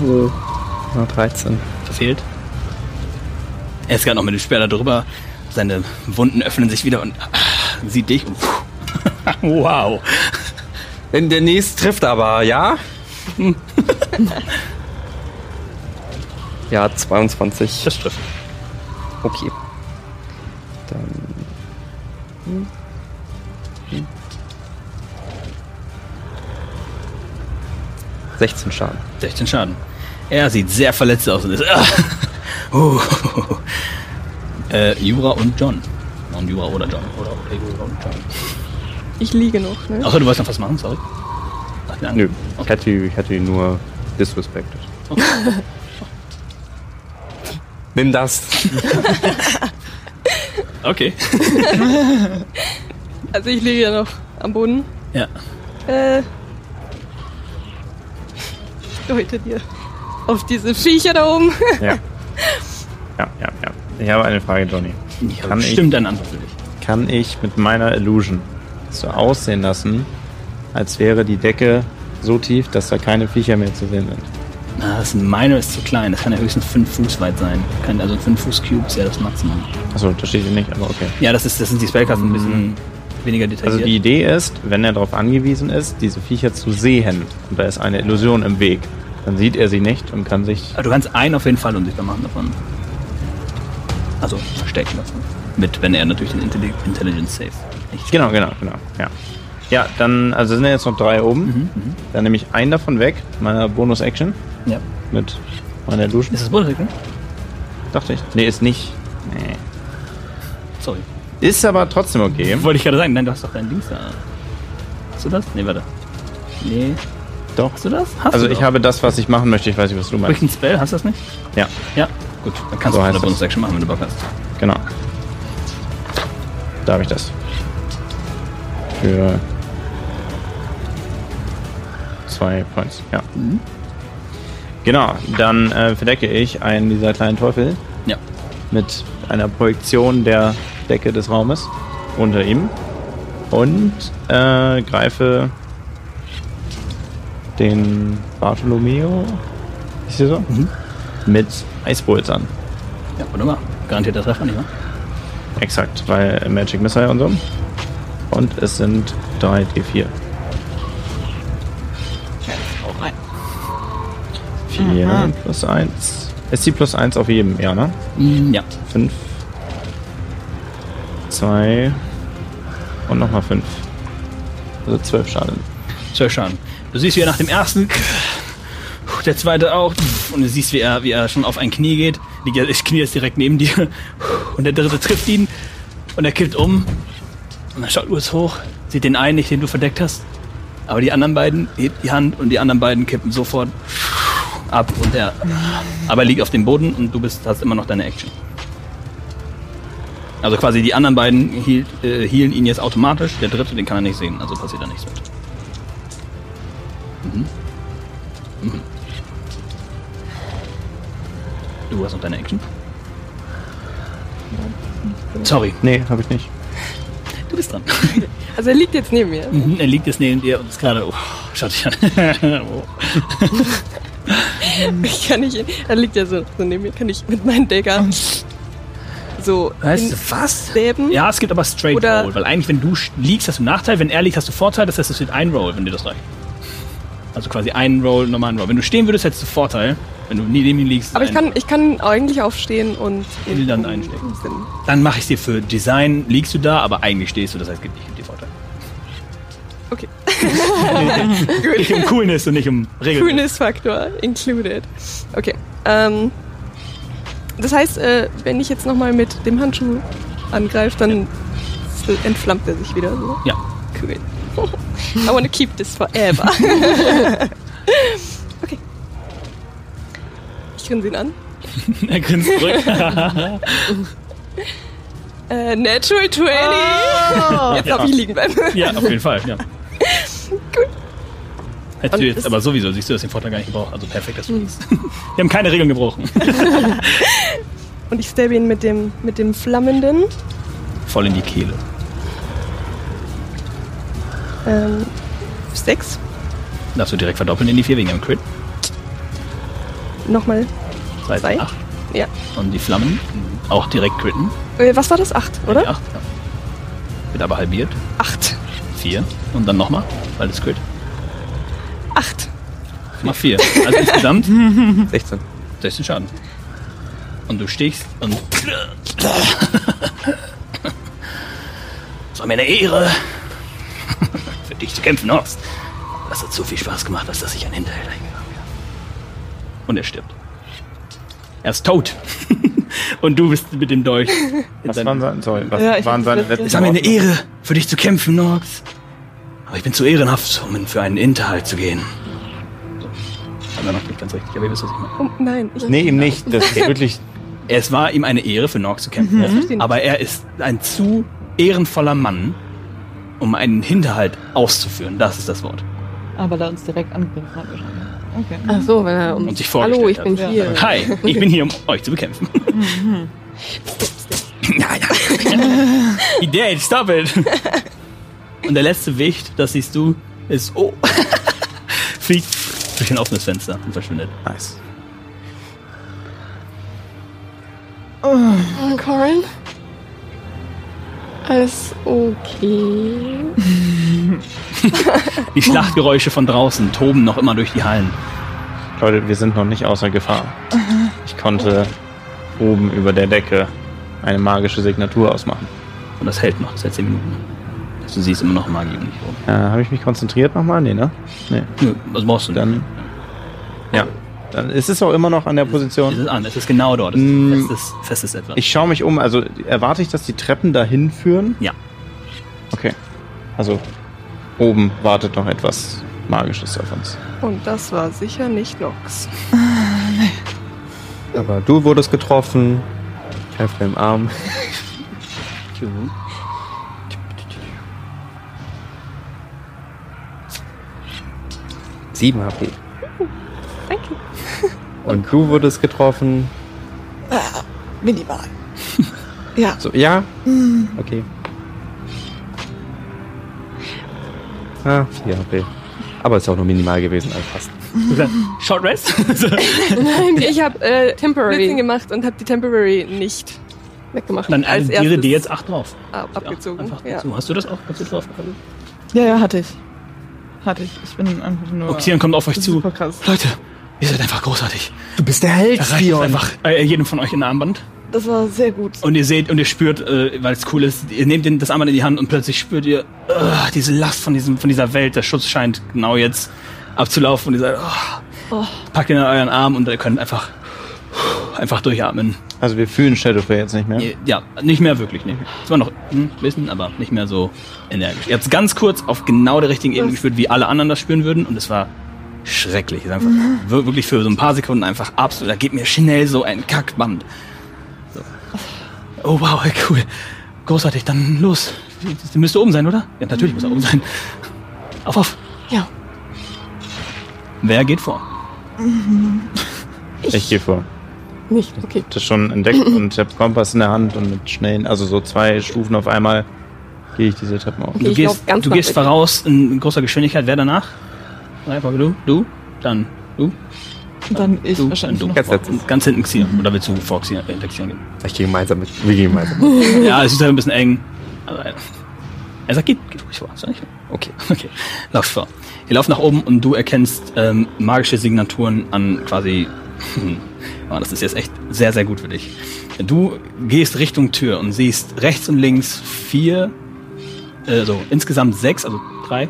Also, na, 13. Verfehlt. Er ist gerade noch mit dem Speer da drüber. Seine Wunden öffnen sich wieder und ah, sieht dich und... wow. Denn der nächste trifft aber, ja? ja, 22. Das trifft. Okay. Dann. hm. Sechzehn Schaden. 16 Schaden. Er sieht sehr verletzt aus und ist. Ah. Uh. Äh, Jura und John. Und Jura oder John. Oder, oder Jura und John. Ich liege noch, ne? Achso, du wolltest noch was machen, sorry. Ach, nein. Nö, ich hatte, ich hatte ihn nur disrespected. Nimm das. Okay. Also ich liege ja noch am Boden. Ja. Äh. Ich deute dir auf diese Viecher da oben. Ja. Ja, ja, ja. Ich habe eine Frage, Johnny. Ich habe Kann ich- bestimmt eine Antwort für dich. Kann ich mit meiner Illusion so aussehen lassen, als wäre die Decke so tief, dass da keine Viecher mehr zu sehen sind? Ah, das Minor ist zu klein. Das kann ja höchstens 5 Fuß weit sein. Kann, also 5 Fuß Cube ist ja das Maximum. Achso, das steht hier nicht, aber okay. Ja, das, ist, das sind die Spellcasts ein bisschen weniger detailliert. Mhm. Also die Idee ist, wenn er darauf angewiesen ist, diese Viecher zu sehen, und da ist eine Illusion im Weg, dann sieht er sie nicht und kann sich... Aber du kannst einen auf jeden Fall unsichtbar machen davon. Also verstecken lassen. Mit, wenn er natürlich den Intelli Intelligence Safe nicht Genau, genau, genau, ja. Ja, dann, also sind ja jetzt noch drei oben. Dann nehme ich einen davon weg, meiner Bonus-Action, Ja. mit meiner Illusion, Ist das Bundesregel? dachte ich. Nee, ist nicht. Nee. Sorry. Ist aber trotzdem okay. Wollte ich gerade sagen, nein, du hast doch deinen Dings da. Hast du das? Nee, warte. Nee. Doch. Hast du das? Hast Also du ich doch. habe das, was ich machen möchte. Ich weiß nicht, was du meinst. Durch den Spell, hast du das nicht? Ja, Ja. Gut, dann kannst So du heißt eine das. Bonus-Action machen, wenn du Bock hast. genau. Da habe ich das. Für zwei Points, ja. Genau, dann äh, verdecke ich einen dieser kleinen Teufel Ja. mit einer Projektion der Decke des Raumes unter ihm und äh, greife den Bartolomeo ist hier so? mit Eisbolz an. Ja, wunderbar. Garantierter Treffer, nicht wahr? Exakt, weil Magic Missile und so. Und es sind 3D4. Auch rein. 4 plus 1. Ist die plus 1 auf jedem, ja, ne? Mm, Ja. 5. 2. Und nochmal 5. Also 12 Schaden. Zwölf Schaden. Du siehst, wie er nach dem ersten, der zweite auch, und du siehst, wie er, wie er schon auf ein Knie geht, Liege- Ich knie jetzt direkt neben dir. Und der dritte trifft ihn. Und er kippt um. Und dann schaut Urs hoch. Sieht den einen nicht, den du verdeckt hast. Aber die anderen beiden hebt die Hand und die anderen beiden kippen sofort ab. Und er aber liegt auf dem Boden und du bist, hast immer noch deine Action. Also quasi die anderen beiden hielt, äh, healen ihn jetzt automatisch. Der dritte, den kann er nicht sehen. Also passiert da nichts mit. Du hast noch deine Action. Sorry, Nee, habe ich nicht. du bist dran. Also er liegt jetzt neben mir. Mhm, Er liegt jetzt neben dir und ist gerade. Oh, schau dich an. oh. Ich kann nicht, er liegt ja so, so neben mir, kann ich mit meinem Dagger so Weißt in- du was? stäben. Ja, es gibt aber Straight Oder- Roll, weil eigentlich, wenn du sch- liegst, hast du einen Nachteil, wenn er liegt, hast du Vorteil, das heißt, es wird ein Roll, wenn dir das reicht. Also quasi ein Roll, normalen Roll. Wenn du stehen würdest, hättest du Vorteil. Wenn du nie neben ihm liegst, ist Aber ich ein- kann, ich kann eigentlich aufstehen und Will dann einstecken. dann mache ich dir für Design, liegst du da, aber eigentlich stehst du, das heißt, gibt nicht um dir Vorteil. Okay. Nicht um Coolness und nicht um Regeln. Coolness-Faktor included. Okay. Ähm, das heißt, äh, wenn ich jetzt nochmal mit dem Handschuh angreife, dann s- entflammt er sich wieder. So. Ja. Cool. I wanna keep this forever. okay. Ich grinse ihn an. er grinst zurück. Äh, Natural 20! jetzt darf ich liegen bleiben. ja, auf jeden Fall, ja. Gut. Und Hättest Hm. du jetzt ist- aber sowieso, siehst du, dass den Vorteil gar nicht gebraucht. Also perfekt, dass du liegst. Wir haben keine Regeln gebrochen. Und ich stab ihn mit dem, mit dem flammenden. Voll in die Kehle. Ähm, sechs. Darfst du direkt verdoppeln in die 4 wegen dem Crit. Nochmal. Zwei, Zwei? acht. Ja. Und die Flammen auch direkt critten. Äh, was war das? Acht, Die oder? acht, ja. Wird aber halbiert. Acht. Vier. Und dann nochmal, weil das Crit. Acht. Mal vier. Also insgesamt 16. 16 Schaden. Und du stichst und. Es war mir eine Ehre, für dich zu kämpfen, Horst. Das hat so viel Spaß gemacht, als dass ich ein Hinterhalt eingegangen wäre. Und er stirbt. Er ist tot. und du bist mit dem Dolch. in Was seinem- waren seine, sorry, was Ja, ich waren hab seine das letzte- letzten Es war mir eine Worte? Ehre, für dich zu kämpfen, Norx. Aber ich bin zu ehrenhaft, um in- für einen Hinterhalt zu gehen. So. Haben wir noch nicht ganz richtig, aber ihr wisst, was ich meine. Oh, nein, ich Nee, ihm nicht. Das ist wirklich Es war ihm eine Ehre, für Norx zu Mhm. kämpfen. verstehe Aber er ist ein zu ehrenvoller Mann, um einen Hinterhalt auszuführen. Das ist das Wort. Aber da Ah, uns direkt angegriffen hat wahrscheinlich. Okay. Ach so, wenn er uns. Und sich vorgestellt Hallo, ich hat. bin Mhm. Ja. hier. Hi, ich bin hier, um euch zu bekämpfen. ja, ja. He did, stop it. Und der letzte Wicht, das siehst du, ist, oh, fliegt durch ein offenes Fenster und verschwindet. nice. Und Corin? Alles okay. Die Schlachtgeräusche von draußen toben noch immer durch die Hallen. Leute, wir sind noch nicht außer Gefahr. Ich konnte oben über der Decke eine magische Signatur ausmachen. Und das hält noch seit 10 Minuten. Also du siehst immer noch Magie um dich rum. Äh, Habe ich mich konzentriert nochmal? Nee, ne? Nee. Nö, was brauchst du denn? Dann. Ja. Dann ist es auch immer noch an der Position. Es ist an, es ist genau dort. Es ist Mm. ein festes, festes Etwas. Ich schaue mich um, also erwarte ich, dass die Treppen dahin führen? Ja. Okay. Also oben wartet noch etwas Magisches auf uns. Und das war sicher nicht Nox. Aber du wurdest getroffen. Greif deinem Arm. Sieben HP. Danke. Und du wurdest getroffen. Minimal. ja. So, ja? Okay. Ah, vier HP. Aber ist auch nur minimal gewesen, also passt. Short Rest? Nein, ich habe äh, Blitzing Temporary gemacht und habe die Temporary nicht weggemacht. Dann Als addiere dir erstes- jetzt 8 drauf. ab abgezogen. Einfach Ja. dazu. Hast du das auch? Hast du drauf? Ja, ja, hatte ich. Hatte ich. Ich bin einfach nur. Oxian kommt auf euch Das ist zu. super krass. Leute, ihr seid einfach großartig. Du bist der Held, Erreicht jetzt einfach äh, jedem von euch ein Armband. Das war sehr gut. Und ihr seht und ihr spürt, äh, weil es cool ist, ihr nehmt den, das Armband in die Hand und plötzlich spürt ihr ah, diese Last von, diesem, von dieser Welt. Der Schutz scheint genau oh, jetzt abzulaufen und ihr seid, ah, packt ihn an euren Arm und ihr könnt einfach Einfach durchatmen. Also wir fühlen Shadowflare jetzt nicht mehr. Ja, nicht mehr wirklich. Nicht. Zwar noch ein bisschen, aber nicht mehr so energisch. Ihr habt es ganz kurz auf genau der richtigen Ebene geführt, wie alle anderen das spüren würden. Und es war schrecklich. Es ist einfach wir- wirklich für so ein paar Sekunden einfach absolut. Da geht mir schnell so ein Kackband. So. Oh wow, cool. Großartig, dann los. Der müsste oben sein, oder? Ja, natürlich muss er oben sein. Auf, auf. Ja. Wer geht vor? Ich gehe vor. Nicht, okay. das schon entdeckt und ich habe Kompass in der Hand und mit schnellen, also so zwei Stufen auf einmal gehe ich diese Treppen auf. Du Ich gehst, lauf ganz du nach gehst hinten. voraus in großer Geschwindigkeit. Wer danach? Einfach du, du, dann du, Und dann ich du, wahrscheinlich und du. noch. Ganz Ganz, letztes. ganz hinten Xion. Oder willst du vor Xion äh, hinter Xion gehen? Ich gehe gemeinsam mit. Wir gehen gemeinsam mit. ja, es ist halt ein bisschen eng. Aber, äh, er sagt, geht, geht ruhig vor. Ist doch nicht schlimm. Okay. Okay, lauf vor. Ihr lauft nach oben und du erkennst ähm, magische Signaturen an quasi. Ja, das ist jetzt echt sehr, sehr gut für dich. Du gehst Richtung Tür und siehst rechts und links vier, äh, so insgesamt sechs, also drei.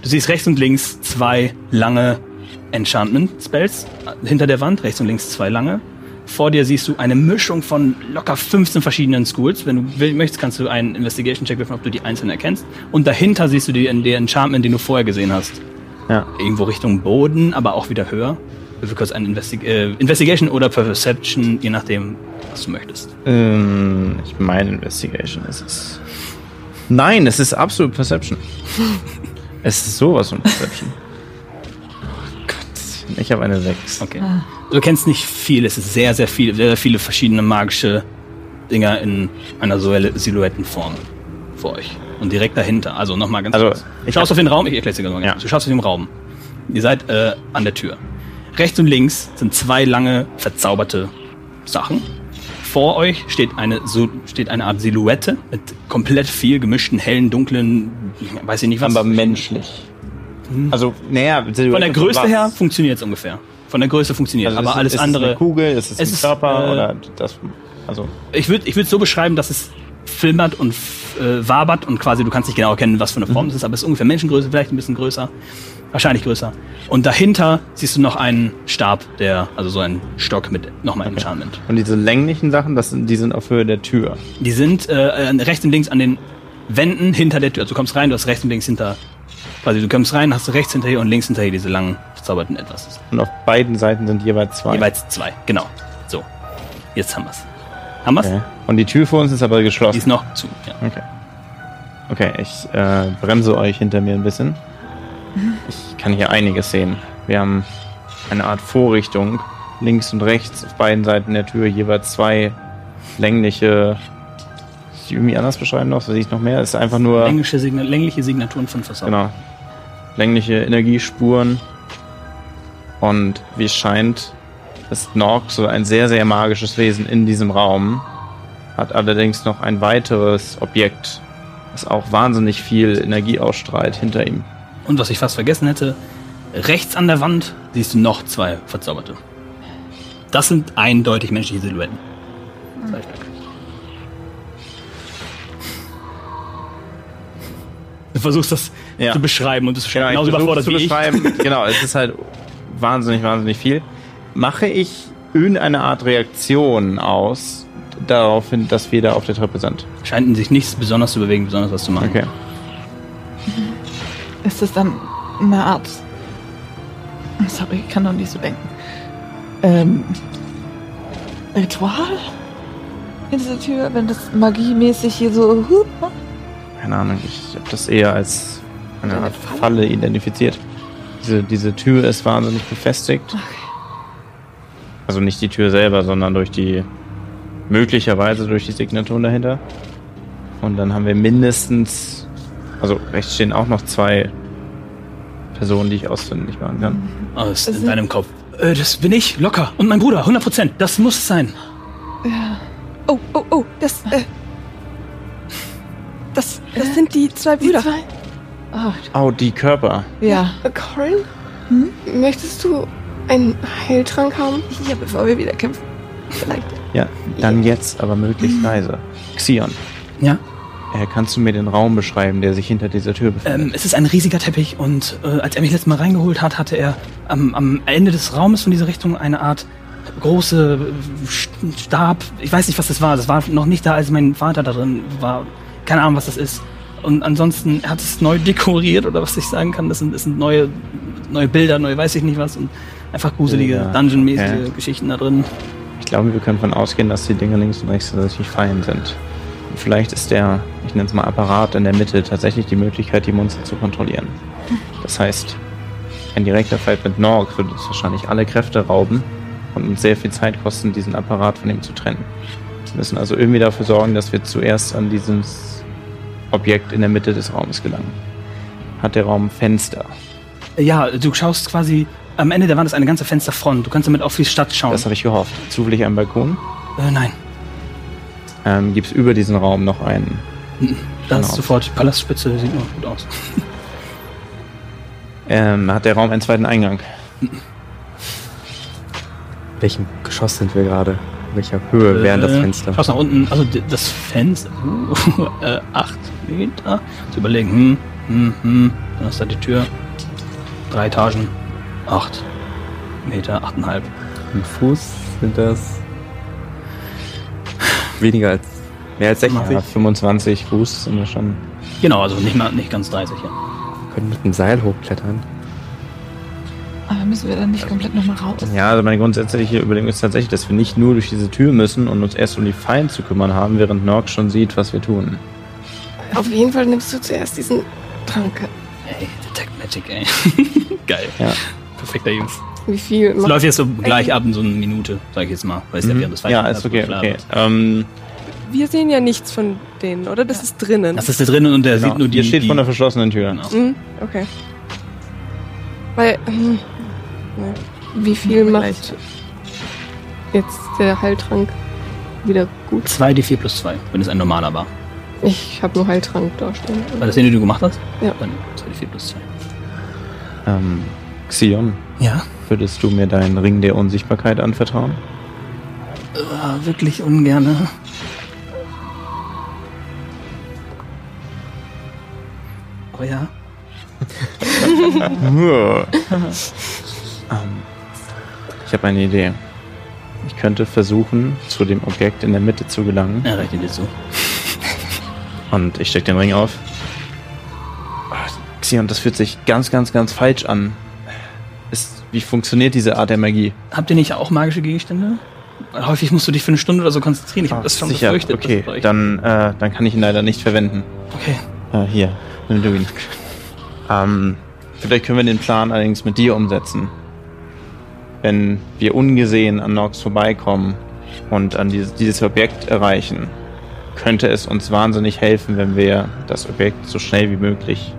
Du siehst rechts und links zwei lange Enchantment-Spells äh, hinter der Wand, rechts und links zwei lange. Vor dir siehst du eine Mischung von locker 15 verschiedenen Schools. Wenn du will, möchtest, kannst du einen Investigation-Check werfen, ob du die einzeln erkennst. Und dahinter siehst du die, die Enchantment, den du vorher gesehen hast. Ja. Irgendwo Richtung Boden, aber auch wieder höher. Du kurz einen Investi äh, Investigation oder Perception, je nachdem, was du möchtest. Ähm, ich meine Investigation ist es. Nein, es ist absolut Perception. es ist sowas von Perception. Oh Gott, ich habe eine 6. Okay. Du kennst nicht viel, es ist sehr, sehr viel, sehr, sehr viele verschiedene magische Dinger in einer Silhouette- Silhouettenform vor euch. Und direkt dahinter, also nochmal ganz Also, kurz. Du ich schaust hab- auf den Raum, ich erkläre es dir ganz Ja. ja. Du schaust auf den Raum. Ihr seid äh, an der Tür. Rechts und links sind zwei lange, verzauberte Sachen. Vor euch steht eine, so, steht eine Art Silhouette mit komplett viel gemischten, hellen, dunklen, weiß ich nicht was. Aber menschlich. Also, naja, Von der Größe her funktioniert es ungefähr. Von der Größe funktioniert Also aber alles ist, ist Also, Es andere. eine Kugel, ist es, Es ein ist, Körper äh, oder das. Also, ich würde ich würd so beschreiben, dass es flimmert und f- äh, wabert und quasi du kannst nicht genau erkennen, was für eine Form es ist, aber es ist ungefähr Menschengröße, vielleicht ein bisschen größer, wahrscheinlich größer. Und dahinter siehst du noch einen Stab, der also so einen Stock mit nochmal okay. Enchantment. und diese länglichen Sachen, das sind, die sind auf Höhe der Tür. Die sind äh, an- rechts und links an den Wänden hinter der Tür. Also du kommst rein, du hast rechts und links hinter quasi du kommst rein, hast rechts hinter dir und links hinter dir diese langen verzauberten etwas. Und auf beiden Seiten sind jeweils zwei. Jeweils zwei, genau. So. Jetzt haben wir's. Haben wir's? Okay. Und die Tür vor uns ist aber Die geschlossen. ist noch zu. Ja. okay. Okay, ich äh, bremse euch hinter mir ein bisschen. Ich kann hier einiges sehen. Wir haben eine Art Vorrichtung. Links und rechts auf beiden Seiten der Tür jeweils zwei längliche. Ist die irgendwie anders beschreiben noch? Sehe ich noch mehr? Ist einfach nur. Längliche, Signa längliche Signaturen von Versauber. Genau. Längliche Energiespuren. Und wie es scheint, ist Nork so ein sehr, sehr magisches Wesen in diesem Raum. Hat allerdings noch ein weiteres Objekt, das auch wahnsinnig viel Energie ausstrahlt hinter ihm. Und was ich fast vergessen hätte, rechts an der Wand siehst du noch zwei Verzauberte. Das sind eindeutig menschliche Silhouetten. Zwei Stück. Du versuchst das Ja. zu beschreiben und es ist genauso Genau, versuch's überfordert Genau wie ich. beschreiben. genau, es ist halt wahnsinnig, wahnsinnig viel. Mache ich irgendeine Art Reaktion aus daraufhin, dass wir da auf der Treppe sind? Scheint sich nichts besonders zu bewegen, besonders was zu machen. Okay. Ist das dann eine Art. Oh, Sorry, ich kann doch nicht so denken. Ähm. Ritual? In dieser Tür, wenn das magiemäßig hier so. hup, macht? keine Ahnung, ich habe das eher als eine Art Falle identifiziert. Diese, diese Tür ist wahnsinnig befestigt. Also nicht die Tür selber, sondern durch die, möglicherweise durch die Signaturen dahinter. Und dann haben wir mindestens, also rechts stehen auch noch zwei Personen, die ich ausfindig machen kann. Aus in deinem Kopf. Äh, das bin ich, locker. Und mein Bruder, 100 Prozent. Das muss es sein. Oh, oh, oh, das, äh, das, das sind die zwei Brüder. Zwei. Ach, Oh, die Körper. ja. Corin? Äh, Möchtest du einen Heiltrank haben? Ja, bevor wir wieder kämpfen. Vielleicht. Ja, Mhm. dann jetzt, aber möglichst leise. Xion, Ja. äh, kannst du mir den Raum beschreiben, der sich hinter dieser Tür befindet? Ähm, es ist ein riesiger Teppich und äh, als er mich letztes Mal reingeholt hat, hatte er am, am Ende des Raumes von dieser Richtung eine Art große äh, St- Stab. Ich weiß nicht, was das war. Das war noch nicht da, als mein Vater da drin war. Keine Ahnung, was das ist. Und ansonsten er hat es neu dekoriert oder was ich sagen kann. Das sind, das sind neue, neue Bilder, neue weiß ich nicht was. Und einfach gruselige, Ja, dungeon-mäßige okay. Geschichten da drin. Ich glaube, wir können von ausgehen, dass die Dinge links und rechts tatsächlich fein sind. Und vielleicht ist der, ich nenne es mal Apparat in der Mitte, tatsächlich die Möglichkeit, die Monster zu kontrollieren. Das heißt, ein direkter Fight mit Norg würde uns wahrscheinlich alle Kräfte rauben und uns sehr viel Zeit kosten, diesen Apparat von ihm zu trennen. Wir müssen also irgendwie dafür sorgen, dass wir zuerst an dieses Objekt in der Mitte des Raumes gelangen. Hat der Raum Fenster? Äh, Ja, du schaust quasi. Am Ende der Wand ist eine ganze Fensterfront. Du kannst damit auf die Stadt schauen. Das habe ich gehofft. Zufällig ein Balkon? äh, nein, Ähm, Gibt es über diesen Raum noch einen? da ist Genau. sofort Palastspitze. Sieht noch gut aus. Ähm, hat der Raum einen zweiten Eingang? Welchem Geschoss sind wir gerade? In welcher Höhe wären das Äh, Fenster? Schaust nach unten, also d- das Fenster. äh, acht Meter. Zu überlegen, hm, hm, hm. Dann ist da die Tür. Drei Etagen. Acht Meter, achteinhalb. Im Fuß sind das weniger als mehr als 60. Ja, 25 Fuß sind wir schon. Genau, also nicht, mal, nicht ganz 30. Ja. Wir können mit dem Seil hochklettern. Aber Ah, müssen wir dann nicht komplett nochmal raus? Ja, also meine grundsätzliche Überlegung ist tatsächlich, dass wir nicht nur durch diese Tür müssen und uns erst um die Fallen zu kümmern haben, während Norg schon sieht, was wir tun. Auf jeden Fall nimmst du zuerst diesen Trank. Ey, Detect Magic, ey. Geil. Ja. Perfekter Jungs. Wie viel? Es macht- läuft jetzt so gleich ab in so eine Minute, sag ich jetzt mal. Weil es ja während des Mhm. ja, Feiertags ist okay, klar okay. wird. Ähm, Wir sehen ja nichts von denen, oder? Das ist drinnen. Das ist da drinnen und der genau, sieht nur die. hier steht die, von der verschlossenen Tür. Genau. Mhm, okay. Weil, hm, Wie viel macht jetzt der Heiltrank wieder gut? 2d4 plus 2, wenn es ein normaler war. Ich habe nur Heiltrank da stehen. War das den, den du gemacht hast? Ja. Dann 2d4 plus 2. Ähm, Xion, Ja. würdest du mir deinen Ring der Unsichtbarkeit anvertrauen? Ah, wirklich ungerne. Oh ja. ähm, ich habe eine Idee. Ich könnte versuchen, zu dem Objekt in der Mitte zu gelangen. Er rechnet dir zu. Und ich steck den Ring auf. Ah, Xion, das fühlt sich ganz, ganz, ganz falsch an. Ist, wie funktioniert diese Art der Magie? Habt ihr nicht auch magische Gegenstände? Weil Häufig musst du dich für eine Stunde oder so konzentrieren. Ich habe das schon befürchtet. dass Ah, Okay, es bei euch- dann, äh, dann kann ich ihn leider nicht verwenden. Okay. Ah, hier, nimm du ihn. Ähm, vielleicht können wir den Plan allerdings mit dir umsetzen. Wenn wir ungesehen an Nox vorbeikommen und an dieses, dieses Objekt erreichen, könnte es uns wahnsinnig helfen, wenn wir das Objekt so schnell wie möglich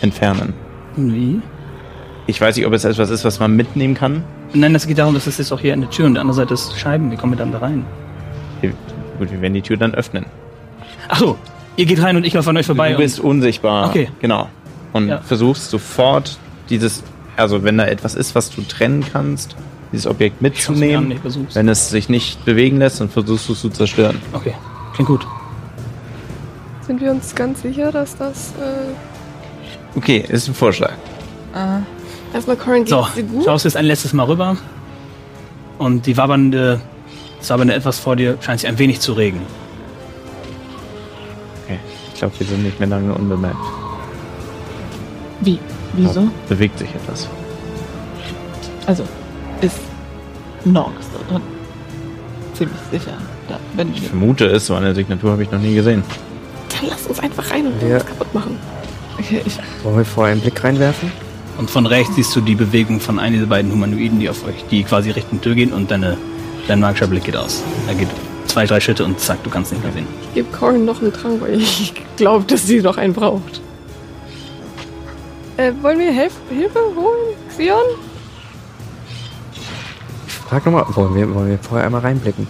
entfernen. Wie? Ich weiß nicht, ob es etwas ist, was man mitnehmen kann. Nein, das geht darum, dass das jetzt auch hier an der Tür und der anderen Seite ist Scheiben. Wie kommen wir dann da rein? Wir- Gut, wir werden die Tür dann öffnen. Ach so, ihr geht rein und ich laufe an euch vorbei. du bist unsichtbar. Okay. Genau. Und Ja. versuchst sofort dieses, also wenn da etwas ist, was du trennen kannst, dieses Objekt und schaust mir an, mitzunehmen. Ich versuch's. Wenn es sich nicht bewegen lässt, dann versuchst du es zu zerstören. Okay, klingt gut. sind wir uns ganz sicher, dass das. Äh, Okay, ist ein Vorschlag. Äh, Erstmal Corin, geht's So, dir gut? schaust jetzt ein letztes Mal rüber. Und die wabbernde, das wabbernde etwas vor dir scheint sich ein wenig zu regen. Okay. Ich glaube, wir sind nicht mehr lange unbemerkt. wie? Wieso? Da Bewegt sich etwas. Also, ist Norks da drin. Ziemlich sicher. Da, wenn Ich vermute es, so eine Signatur habe ich noch nie gesehen. Dann lass uns einfach rein und Ja. uns kaputt machen. okay, ich, Wollen wir vorher einen Blick reinwerfen? Und von rechts siehst du die Bewegung von einer der beiden Humanoiden, die auf euch, die quasi Richtung Tür gehen und deine, dein magischer Blick geht aus. Er geht zwei, drei Schritte und zack, du kannst nicht mehr sehen. Ich gebe Corin noch einen Trank, weil ich glaube, dass sie noch einen braucht. äh, wollen wir Helf Hilfe holen? Xion? Frag nochmal, wollen wir, wollen wir vorher einmal reinblicken?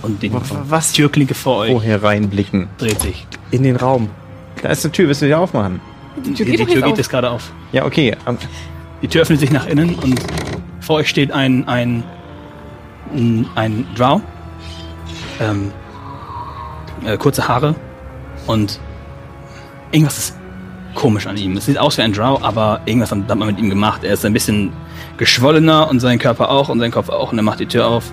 Und die was? Türklinke vor euch Woher reinblicken? dreht sich. In den Raum. Da ist eine Tür, willst du die aufmachen? Die Tür geht doch Tür jetzt geht auf. jetzt gerade auf. Ja, okay. aber- Die Tür öffnet sich nach innen und vor euch steht ein ein ein, ein Drow. Ähm, äh, kurze Haare und irgendwas ist komisch an ihm. Es sieht aus wie ein Drow, aber irgendwas hat man mit ihm gemacht. Er ist ein bisschen geschwollener und sein Körper auch und sein Kopf auch und er macht die Tür auf.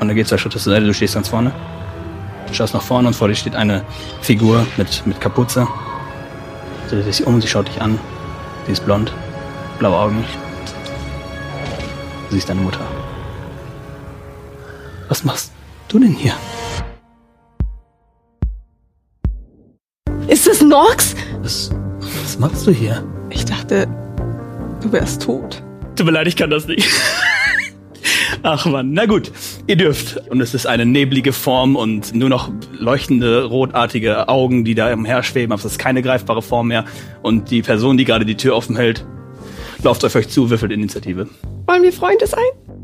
Und er geht zwei Schritte zur Seite, du stehst ganz vorne. Du schaust nach vorne und vor dir steht eine Figur mit, mit Kapuze. Sie dreht sich um, sie schaut dich an. Sie ist blond, blaue Augen. Sie ist deine Mutter. Was machst du denn hier? Ist das Norx? Was, was machst du hier? Ich dachte, du wärst tot. Tut mir leid, ich kann das nicht. Ach man, na gut, ihr dürft. Und es ist eine neblige Form und nur noch leuchtende, rotartige Augen, die da umherschweben, aber es ist keine greifbare Form mehr. Und die Person, die gerade die Tür offen hält, lauft auf euch zu, würfelt Initiative. Wollen wir Freunde sein?